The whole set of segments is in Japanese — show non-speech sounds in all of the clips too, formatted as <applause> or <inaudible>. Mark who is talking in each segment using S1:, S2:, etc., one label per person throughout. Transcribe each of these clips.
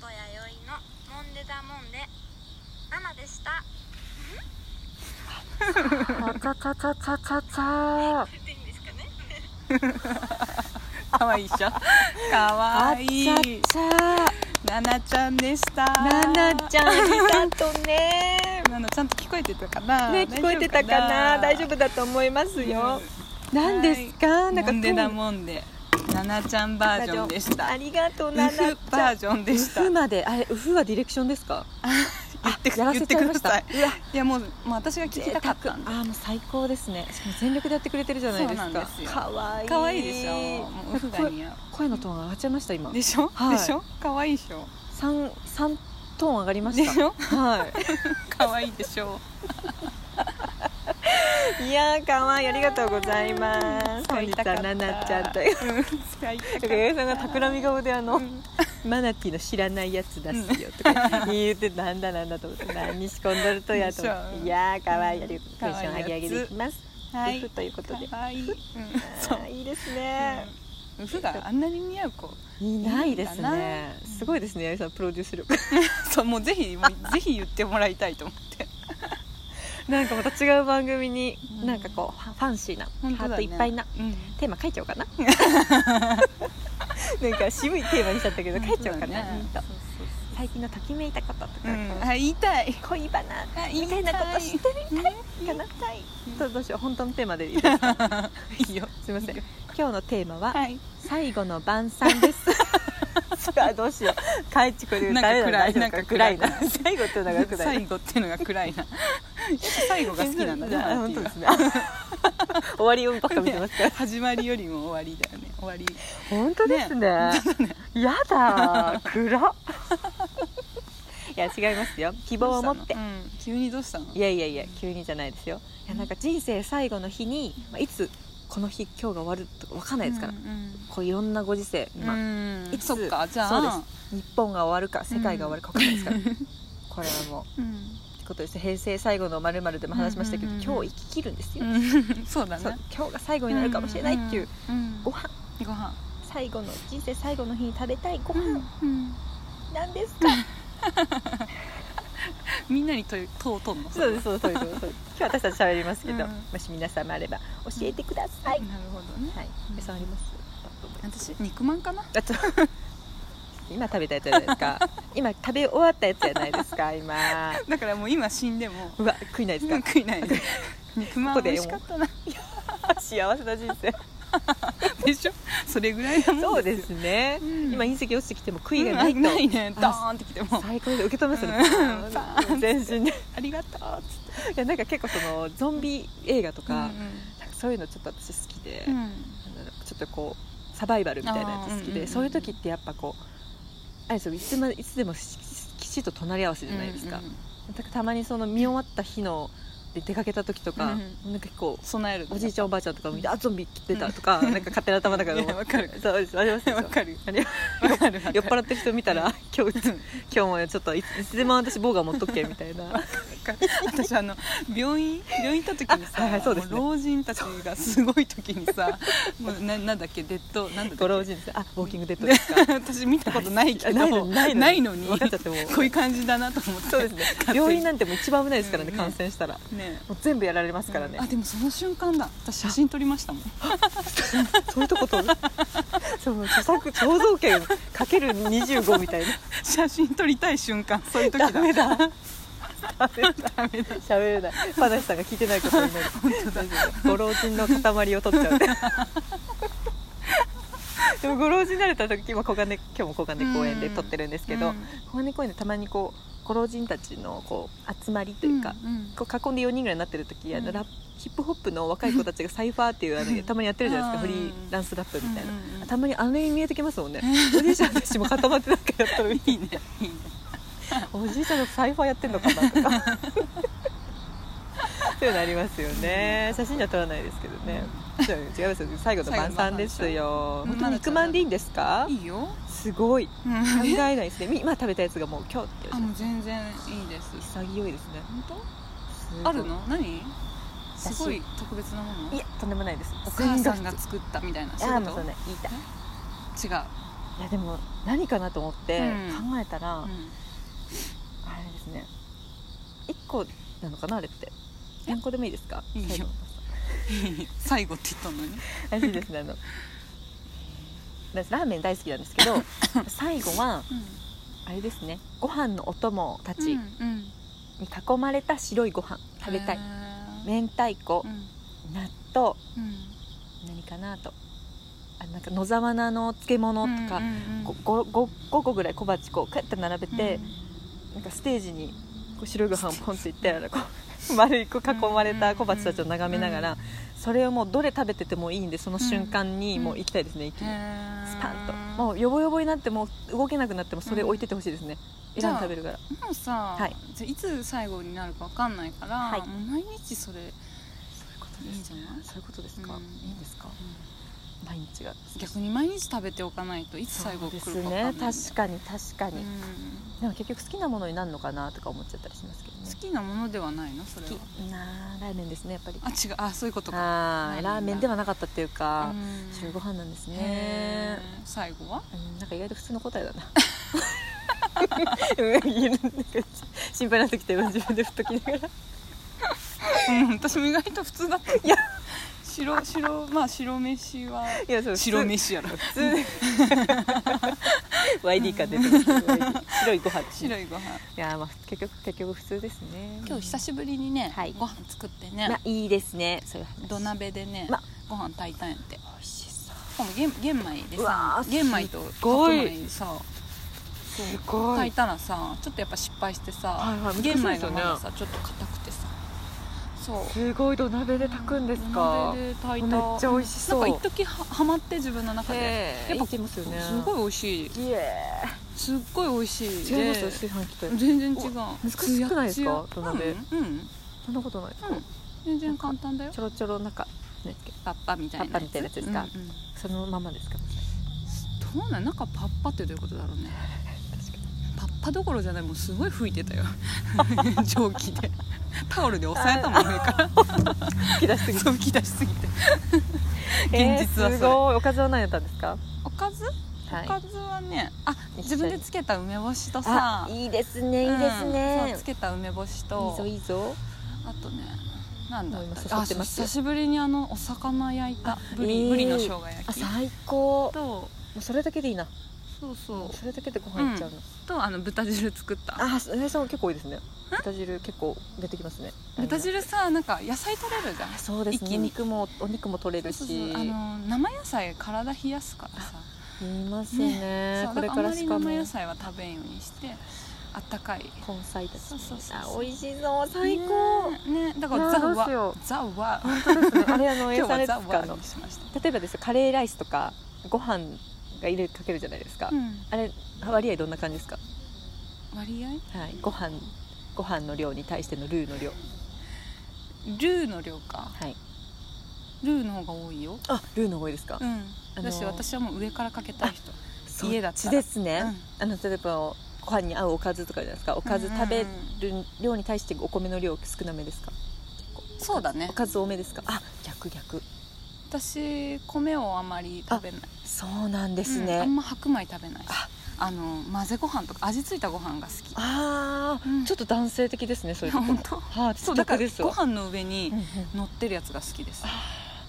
S1: のもんでだもんでママでした
S2: あちゃちゃちゃちゃちゃちゃ。
S1: でいいんですかね
S3: かわいいっしょ。かわ
S2: あ
S3: い
S2: ちゃち
S3: い。
S2: ゃ。
S3: ななちゃんでした。
S2: ななち
S3: ゃ
S2: ゃんありがとうね。
S3: ん。ななちゃんと聞こえてたかな。
S2: <laughs> ね、聞こえてたかな、大丈夫だと思いますよ。なんですか、な
S3: なんん
S2: か
S3: か
S2: トーン。
S3: でだもんで。ななちゃんバージョンでした。
S2: あ
S3: う
S2: りがとう、ななちゃん。
S3: ふバージョンでした。
S2: うふ
S3: 言
S2: まで、あれ、うふはディレクションですか。
S3: ってく
S2: やら
S3: 言
S2: せ
S3: っ
S2: ち
S3: て
S2: ゃい
S3: く
S2: ま
S3: だ
S2: した
S3: さい。
S2: うわ
S3: いやもうもう私が聞きたかったんで。
S2: ああ、もう最高ですね。しかも全力でやってくれてるじゃないです
S3: そうな
S2: か
S3: んです。よ
S2: かわいい。
S3: かわいいでしょ。もうウフが似合う。
S2: 声のトーン上がっちゃいました、今。
S3: でしょ、
S2: はい
S3: でしょかわいいでしょ
S2: 三、三トーン上がりま
S3: で
S2: し
S3: しょ
S2: た。はい。
S3: かわいいでしょ
S2: <laughs> いやー、かわいい、ありがとうございます。
S3: 使
S2: 本
S3: い
S2: 日
S3: たか
S2: は
S3: っ
S2: な
S3: た
S2: なちゃんという。
S3: うん使い
S2: と
S3: た
S2: か八
S3: か
S2: 重
S3: っ
S2: さんが企み顔であの、マナティーの知らないやつ出すよとか言ってなんだなんだと思って何仕込んどるとやと思って
S3: そ
S2: い
S3: う
S2: やーかわいいありがとうテンション
S3: 可愛いやつ
S2: 上げ上げでいきます、
S3: たはい
S2: ふということで
S3: かわいい、うん、そう
S2: あーいいですね、
S3: ウフがあんなに似合う子
S2: いないです
S3: いいんだな
S2: ねすごいですね八重さんプロデュース力 <laughs>
S3: そうもうぜひもうぜひ言ってもらいたいと
S2: <laughs>
S3: 思って
S2: なんかまた違う番組に、
S3: うん
S2: なんかこうファファンシーな、
S3: 本当
S2: ハ
S3: だ、ね、
S2: ートいっぱいな
S3: うん、
S2: テーマ書いちゃおうか
S3: <laughs>
S2: ななんか渋いテーマにしちゃったけど書いちゃおうかな、
S3: 本
S2: うん
S3: 当だ
S2: と
S3: ね
S2: 最近のときめいたこととか、
S3: そうそうそううんあ言いたい
S2: 恋バナ
S3: あ
S2: み
S3: 言
S2: た
S3: いたい
S2: いなことしてみたいかな、どうどうしよう本当のテーマでいいですか
S3: いいよ
S2: <laughs> すいません
S3: いいよ
S2: 今日のテーマは、
S3: はい
S2: 最後の晩餐です <laughs> あどうしよう帰ってくれる
S3: なんか
S2: 誰だ
S3: 暗
S2: 大丈夫暗
S3: いなんか暗
S2: い
S3: い
S2: な最後っていうのが暗い
S3: 最後っていうのが暗いな最後が好きなんだ <laughs> ね
S2: あ
S3: マナ
S2: 本
S3: ティ
S2: 当
S3: ー
S2: で
S3: は
S2: すね終わりをばっか見てますから
S3: 始まりよりも終わりだよね終わり
S2: 本当ですねやだ暗っいや違いますよ希望を持って
S3: うん急にどうしたの
S2: いやいやいや急にじゃないですよいやなんか人生最後の日に、まあ、いつこの日今日が終わるとか分かんないですから、
S3: うんうん
S2: こういろんなご時世今、
S3: うん
S2: いつ
S3: そっかじゃあ
S2: そうです日本が終わるか世界が終わるか分かんないですから、 <laughs> これはもう
S3: うん
S2: っ
S3: <laughs>
S2: てことです平成最後のまるでも話しましたけど、
S3: うんうんうん
S2: 今日生き切るんですよ、
S3: うんそうだ
S2: そう
S3: ね
S2: 今日が最後になるかもしれないっていう、
S3: うん
S2: ご飯
S3: ご飯
S2: 最後の人生最後の日に食べたいご飯
S3: うん
S2: なんですか、
S3: みんなにと問うとんの
S2: そうですそうですそうですそうです <laughs> 今日私たち喋りますけど、
S3: うん
S2: もし皆さんもあれば教えてください、
S3: なるほどね
S2: はい
S3: うん
S2: 皆さんあります
S3: 私肉まんかな
S2: あちょ <laughs> 今食べたやつじゃないですか今食べ終わったやつじゃないですか今
S3: だからもう今死んでも
S2: うわ食いないですか、
S3: 食いないで肉まん美味しかったな
S2: 幸せな人生
S3: でしょ <laughs> それぐらいのも
S2: そ
S3: ん
S2: うですね、
S3: うん
S2: 今隕石落ちてきても悔いがないと、
S3: うんないねドーンってきても
S2: 最高で受け止めますね
S3: うんパーンっ、て
S2: 全身でい
S3: ありがとうっつって
S2: やなんか結構そのゾンビ映画とか,、
S3: う
S2: なんかそういうのちょっと私好きで、
S3: ん
S2: なんだろうちょっとこうサバイバルみたいなやつ好き
S3: あーうんうん
S2: で、
S3: うん
S2: そういう時ってやっぱこうあれですよいつまいつでもしきちっと隣り合わせじゃないですか,、
S3: うんうんうん
S2: なんかたまにその見終わった日ので出かけた時とか、
S3: うん
S2: なんかこう
S3: 備える
S2: おじいちゃんおばあちゃんとか見て「あゾンビ出た」とか、
S3: うん
S2: なんか勝手な頭だから
S3: いやわかる
S2: そうですありますでしょ
S3: わかる
S2: あれ
S3: わかるわかる
S2: 酔っ払ってる人見たら「今日今日もちょっといついつでも私ボーガー持っとくけ」みたい <laughs> な
S3: 私あの病院病院行った時に
S2: あ
S3: さ、
S2: はいはいそうですね
S3: もう老人たちがすごい時にさもうななんだっけデッドなんだっけ
S2: ご老人ですあウォーキングデッドですか
S3: 私見たことないけど
S2: ないのにないのに
S3: に
S2: わかっちゃってもう
S3: こういう感じだなと思って
S2: そうですね
S3: 勝手に
S2: <laughs> 病院なんてもう一番危ないですからね、
S3: うんうん
S2: 感染したらも
S3: ね
S2: う全部やられますからね、
S3: あでもその瞬間だ私写真撮りましたもん
S2: <laughs> そういうとことそう著作肖像権かける25みたいな
S3: 写真撮りたい瞬間そういう時だ
S2: ダメだダメだ
S3: ダメだ
S2: 喋れないパナシさんが聞いてないことになる
S3: 本当だ
S2: ご老人の塊を取っちゃうでもご老人になれた時今小金今日も小金公園で撮ってるんですけど、
S3: うん
S2: 小金公園でたまにこうご老人たちのこう集まりというか、
S3: んん
S2: こう囲んで4人ぐらいになってる時、あ
S3: う
S2: の
S3: ん
S2: ラップヒップホップの若い子たちがサイファーっていうあのたまにやってるじゃないですか、
S3: うん
S2: フリーランスラップみたいな、
S3: うんうんうん
S2: たまにあれに見えてきますもんね、おじいちゃんたちも固まってなんかやったらい
S3: い
S2: い
S3: いねいいね
S2: おじいちゃんのサイファーやってんのかな
S3: <laughs>
S2: とかそういうのありますよね写真には撮らないですけどねそう違いますよ最後の晩餐ですよ
S3: 最後の晩餐でしょ
S2: 本当に肉まんでいいんですか
S3: いいよ、
S2: すごい考
S3: うん
S2: えないですねみ今食べたやつがもう今日って
S3: あもう全然いいです
S2: 潔いですね
S3: 本当
S2: すごい
S3: あるの何すごい特別なもの
S2: いやとんでもないです
S3: お母さんが作ったみたいなそうい
S2: あ
S3: う
S2: も
S3: こ
S2: う
S3: と
S2: そうね言いたい
S3: 違う、
S2: いやでも何かなと思って
S3: うん
S2: 考えたら、
S3: うん
S2: あれですね一個なのかなあれって何個でもいいですか
S3: いいよ
S2: 最後の
S3: <laughs> 最後って言ったのに
S2: あれですねあの私ラーメン大好きなんですけど最後はあれですねご飯のお供たちに囲まれた白いご飯食べたい、明太子、
S3: うん
S2: 納豆
S3: うん
S2: 何かなとあなんか野沢菜の漬物とか、
S3: うん
S2: こごご5個ぐらい小鉢こうカッて並べて、なんかステージにこう白いご飯をポンっていってあのこう <laughs> 丸いこう囲まれた小鉢たちを眺めながら、
S3: う
S2: それをもうどれ食べててもいいんでその瞬間に
S3: うん
S2: もう行きたいですね一気に、
S3: へー
S2: スパンともうヨボヨボになっても動けなくなってもそれ置いててほしいですね、
S3: うん
S2: 選んで食べるから
S3: もうさ、
S2: はい
S3: じゃあいつ最後になるかわかんないから、
S2: はい
S3: もう毎日そ
S2: そ
S3: れ、
S2: ういうこと
S3: ですいいんじゃない
S2: そういうことですか、
S3: うん
S2: いいんですか毎日が
S3: 逆に毎日食べておかないといつ最後来るかわかんないんだ
S2: そうで
S3: よ
S2: すね確かに確かに、
S3: うん
S2: でも結局好きなものになるのかなとか思っちゃったりしますけどね
S3: 好きなものではないのそれは
S2: きなラーメンですねやっぱり
S3: あ違うあそういうことか
S2: あー
S3: ラ
S2: ラ
S3: ー
S2: ー
S3: メンだ
S2: メンではなかったっていうか
S3: うん
S2: 白ご飯なんですね
S3: へー最後は <laughs>
S2: うんなんか意外と普通の答えだな <laughs> うんなんか心配になってきたよ自分でふっときながら
S3: うん私も意外と普通だったいや白白まあ白飯はい
S2: やそう
S3: 白飯やろ
S2: 普通 YD 感出てますけど YD 白いご飯ですね
S3: 白いご飯
S2: いやーまあ結局結局普通ですね
S3: 今日久しぶりにね、
S2: はい
S3: ご飯作ってね、
S2: まあいいですねそういう話
S3: 土鍋でね、
S2: ま
S3: ご飯炊いたんやって
S2: 美味しそう
S3: しかも玄玄米で
S2: うわ
S3: さ
S2: ー
S3: 玄米と
S2: すごい
S3: 白米さそう
S2: すごい
S3: 炊いたらさちょっとやっぱ失敗してさ、
S2: はいはい難しいで
S3: 玄
S2: すよね
S3: 米がまださちょっと硬くてさそう
S2: すごい土鍋で炊くんですか
S3: 土鍋で
S2: めっ
S3: 炊いた
S2: ちゃ美味しそう
S3: なんか一時ははまって自分の中で
S2: へー
S3: やっぱ
S2: いけますよね
S3: すごい美味しい
S2: いえ
S3: すっごい美味しい
S2: 違います
S3: で
S2: よ炊飯器と
S3: 全然違う
S2: 難しくないですか
S3: ツヤツヤ
S2: 土鍋
S3: うん、うん
S2: そんなことないですか、
S3: うん全然簡単だよ
S2: ちょろちょろなんかなんだっけ
S3: パッパみたいな
S2: パッパみたいなやつですか
S3: うんうん
S2: そのままですか
S3: どうなんなんかパッパってどういうことだろうねパッパどころじゃないもうすごい吹いてたよ <laughs> 蒸気でタオルで押さえたもん上から <laughs>
S2: 吹き出しすぎて
S3: 吹き出しすぎて
S2: <laughs> えー
S3: 現実はそれ
S2: すごいおかずは何やったんですか
S3: おかず、
S2: はい
S3: おかずはねあ
S2: 一緒に
S3: 自分でつけた梅干しとさ
S2: いいですね
S3: うんそうつけた梅干し
S2: いい
S3: と
S2: ぞいいぞ
S3: あとねなんだ
S2: もう今
S3: あ
S2: 刺
S3: そ
S2: さ
S3: う
S2: ってますよ
S3: 久しぶりにあのお魚焼いたブ
S2: え
S3: リ
S2: ー
S3: ブリの生姜焼
S2: あ
S3: き
S2: 最高も
S3: と
S2: うそれだけでいいな
S3: そうそう
S2: それだけでご飯いっちゃうの、
S3: とあの豚汁作った
S2: あそれそう結構多いですね豚汁結構出てきますね
S3: 豚汁さなんか野菜取れるじゃん
S2: あそうです
S3: 一
S2: ね
S3: 気に
S2: 肉もお肉も取れるし
S3: そうそうそうあの生野菜体冷やすからさ
S2: 言いますね
S3: そ
S2: こ
S3: うだ
S2: れ
S3: から
S2: か
S3: あ
S2: ら
S3: んまり
S2: しかも
S3: 生野菜は食べんようにしてあったかい
S2: 根菜たち
S3: そうそうそうそう
S2: あ美味しそう最高、
S3: ねねだか
S2: いや
S3: ら
S2: ー
S3: ザ
S2: どうし
S3: ワ
S2: ようザ
S3: ザワ
S2: 本当ですねあれあのエー
S3: 今日
S2: サ
S3: は
S2: レ
S3: ザ
S2: 使う
S3: ワ
S2: の
S3: にしました
S2: 例えばですよカレーライスとかご飯が入れかけるじゃないですか、
S3: うん
S2: あれ割合どんな感じですか、
S3: 割合
S2: はい、ご飯ご飯の量に対してのルーの量
S3: ルーの量か
S2: はい
S3: ルーの方が多いよ
S2: あルーの方が多いですか、
S3: うん
S2: あのー
S3: だし私はもう上からかけたい人
S2: そっ
S3: 家だった
S2: ち
S3: ら
S2: ですね、
S3: うん
S2: あの例えばご飯に合うおかずとかじゃないですかおかず食べる量に対してお米の量少なめですか
S3: そうだね
S2: おかず多めですかあ逆逆
S3: 私米をあまり食べない
S2: そうなんです
S3: うんあ
S2: ね、
S3: んま白米食べないし
S2: あ
S3: あの混ぜご飯とか味付いたご飯が好き
S2: ああ、
S3: うん
S2: ちょっと男性的ですねそういうとこ
S3: 本当
S2: はあ、
S3: そう
S2: だ
S3: だか
S2: からら
S3: ご飯の上に
S2: うんうん
S3: 乗ってるやつが好きです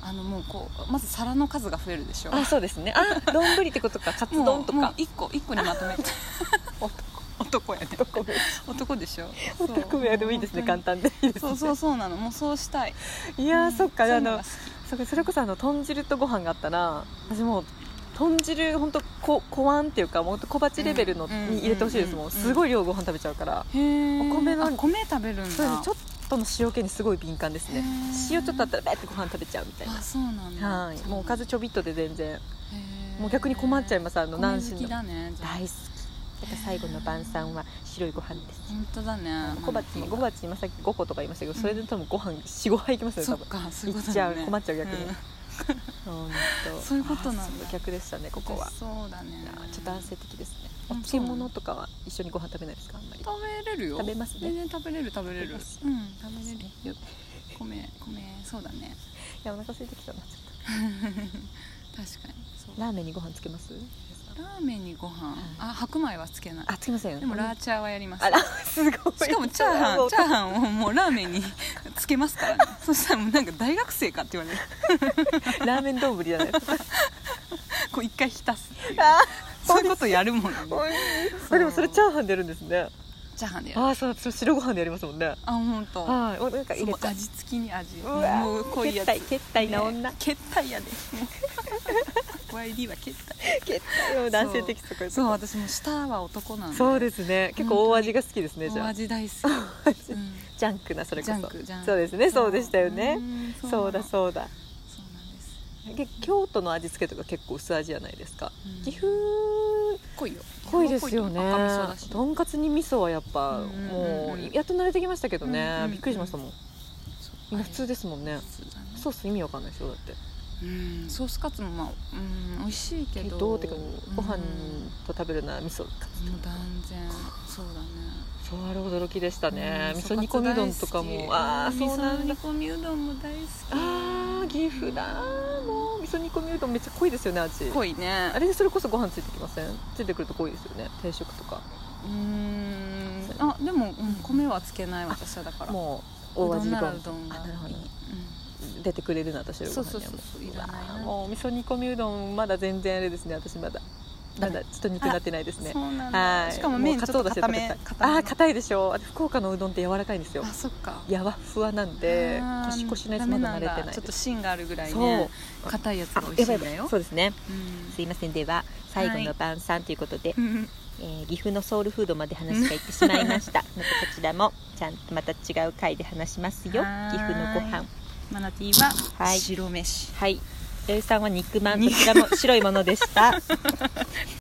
S3: あのもうこうまず皿の数が増えるでしょ
S2: あそうですねあ丼ってことかカツ
S3: も
S2: 丼
S3: う
S2: と
S3: もう
S2: か
S3: 一個一個にま
S2: <laughs>
S3: とめて男やね
S2: 男部
S3: 男でしょ
S2: 男部屋でもいいですね簡
S3: 簡
S2: 単でいいですね
S3: そうそうそうなのもうそうしたい
S2: いやー、
S3: うん
S2: そっか
S3: そうい
S2: あ
S3: うの
S2: の
S3: が好き
S2: そっかそれこそあの豚汁とご飯があったら私もう豚汁本当こ小碗っていうかもう小鉢レベルの
S3: うんうん
S2: に入れてほしいです
S3: うん
S2: も
S3: うん
S2: んすごい量ご飯食べちゃうから
S3: へえ
S2: お米の
S3: 米食べるんだ
S2: そうですねちょっとの塩気にすごい敏感ですね
S3: へー
S2: 塩ちょっとあったらバーってご飯食べちゃうみたい
S3: あそうなんだ
S2: なはいもうおかずちょびっとで全然
S3: へー
S2: もう逆に困っちゃいますあの
S3: 米
S2: 何種
S3: 好
S2: の
S3: きだねじゃあ
S2: 大好きだから最後の晩餐は白いご飯です
S3: 本当だね
S2: 小鉢も小鉢今さっき5個とか言いましたけどそれで多分ご飯45杯いきますよ
S3: そ
S2: 多
S3: っ
S2: 分
S3: かそうい
S2: い
S3: う
S2: っ
S3: こと
S2: ちゃ
S3: だ
S2: う
S3: ね
S2: 困っちゃう逆に
S3: うん
S2: 本当
S3: そういうことなんだ
S2: あーそう逆でしたねここは
S3: そうだね
S2: いやーちょっと安静的ですねお
S3: うん
S2: 漬物とかは一緒にご飯食べないですかあんまり
S3: 食べれるよ
S2: 食べますね
S3: 全然食べれる食べれる
S2: 食べ
S3: うん
S2: ま
S3: 食
S2: す
S3: べれる
S2: よい
S3: 米米そうだね
S2: やお腹空いてきたなちょっ
S3: 確かにそう
S2: とラーメンにご飯つけます皆さん
S3: ラーメンにご飯あ白米はつけない
S2: あつきませんよ
S3: でもラーチャーはやります
S2: あらすごい
S3: しかもチャーハンチャー
S2: ン
S3: ハンをもうラーメンにつけま
S2: <laughs>
S3: すからねそしたらもうなんか大学生かって言われる
S2: ラーメン丼じゃない
S3: こう一回浸すっていう
S2: あ
S3: そういうことやるもんね
S2: おい
S3: そう
S2: あでもそれチャーハンでやるんですね
S3: チャーハンでやる
S2: ああそうそれ白ご飯でやりますもんね
S3: あ本当。
S2: はいおなんか
S3: そ
S2: 入れ
S3: の
S2: た
S3: 味付きに味
S2: うわ
S3: もう濃いや
S2: 決
S3: つ
S2: 体決体な女
S3: ね決体やでもう YD は決体
S2: 結構男性的とか
S3: そう私も舌は男なんで
S2: そうですすね結構大味が好きですねじ
S3: お
S2: ゃあ
S3: 味大好
S2: <laughs>
S3: き、うん
S2: ジャンクなそれこ
S3: ジャン
S2: そ
S3: クジャンク
S2: そうですねそうでしたよね
S3: んなの
S2: そうだそうだ
S3: そうなんです、
S2: で京都の味付けとか結構薄味じゃないですか
S3: うん
S2: 岐阜
S3: 濃いよ
S2: 濃いですよね
S3: 赤味噌だし
S2: とんかつに味噌はやっぱ
S3: うん
S2: も
S3: うん
S2: うやっと慣れてきましたけど
S3: うん
S2: ね
S3: うん
S2: びっくりしましたもん今普通
S3: で
S2: ですもんね
S3: 普通だね
S2: ソース意味わかんないですよだって
S3: うんソースカツもまあうん美味しいけ
S2: け
S3: ど
S2: どてかご飯
S3: うん
S2: と食べるなら味噌か
S3: もう断然そうだね
S2: そうあれ驚きでしたね
S3: うん
S2: 味噌煮込みうどんとか
S3: ソカツ大好
S2: も
S3: き
S2: ああ
S3: ん
S2: そうなん
S3: 味噌
S2: だ
S3: 煮込みうどんも大好き
S2: あー岐阜だもう味噌煮込みうどんめっちゃ濃いですよね味
S3: 濃いね
S2: あれでそれこそご飯ついてきませんついてくると濃いですよね定食とか
S3: うーんあでも、うん、米はつけない私はだから
S2: もう大
S3: うど
S2: 味
S3: ん
S2: ご
S3: なら
S2: 飯
S3: うどんが
S2: あ
S3: い
S2: な
S3: い
S2: るほど
S3: う
S2: 出てくれるな私のご飯には
S3: そうそうそうそういらないな
S2: わあもう味噌煮込みうどんまだ全然あれですね私まだまだちょっと肉になってないです
S3: ん
S2: ね
S3: そう
S2: は
S3: なんだ
S2: い
S3: しかも麺ちょ
S2: う
S3: っと
S2: 鰹だしで食
S3: 固
S2: べた
S3: め
S2: い
S3: 硬め
S2: あー硬いでしょあ福岡のうどんって柔らかいんですよ
S3: あそっか
S2: やわふわなんで
S3: あー
S2: コシコシのやつ
S3: ダメ
S2: まだ慣
S3: なん
S2: れてない
S3: だ
S2: です
S3: ちょっと芯があるぐらい
S2: そう
S3: ね硬いやつ
S2: あ
S3: が美味
S2: や
S3: し
S2: ばいや
S3: いん
S2: ば
S3: だ
S2: い
S3: よ
S2: そうですね
S3: うん
S2: すいませんでは最後の晩餐ということで、
S3: うん
S2: えー岐阜のソウルフードまで話がいってしまいましたまたこちらもちゃんとまた違う回で話しますよ
S3: <laughs> はーい
S2: 岐阜のご飯
S3: マナティーは
S2: はい
S3: 白飯
S2: <laughs> はい弥生さんは肉まんこちらも白いものでした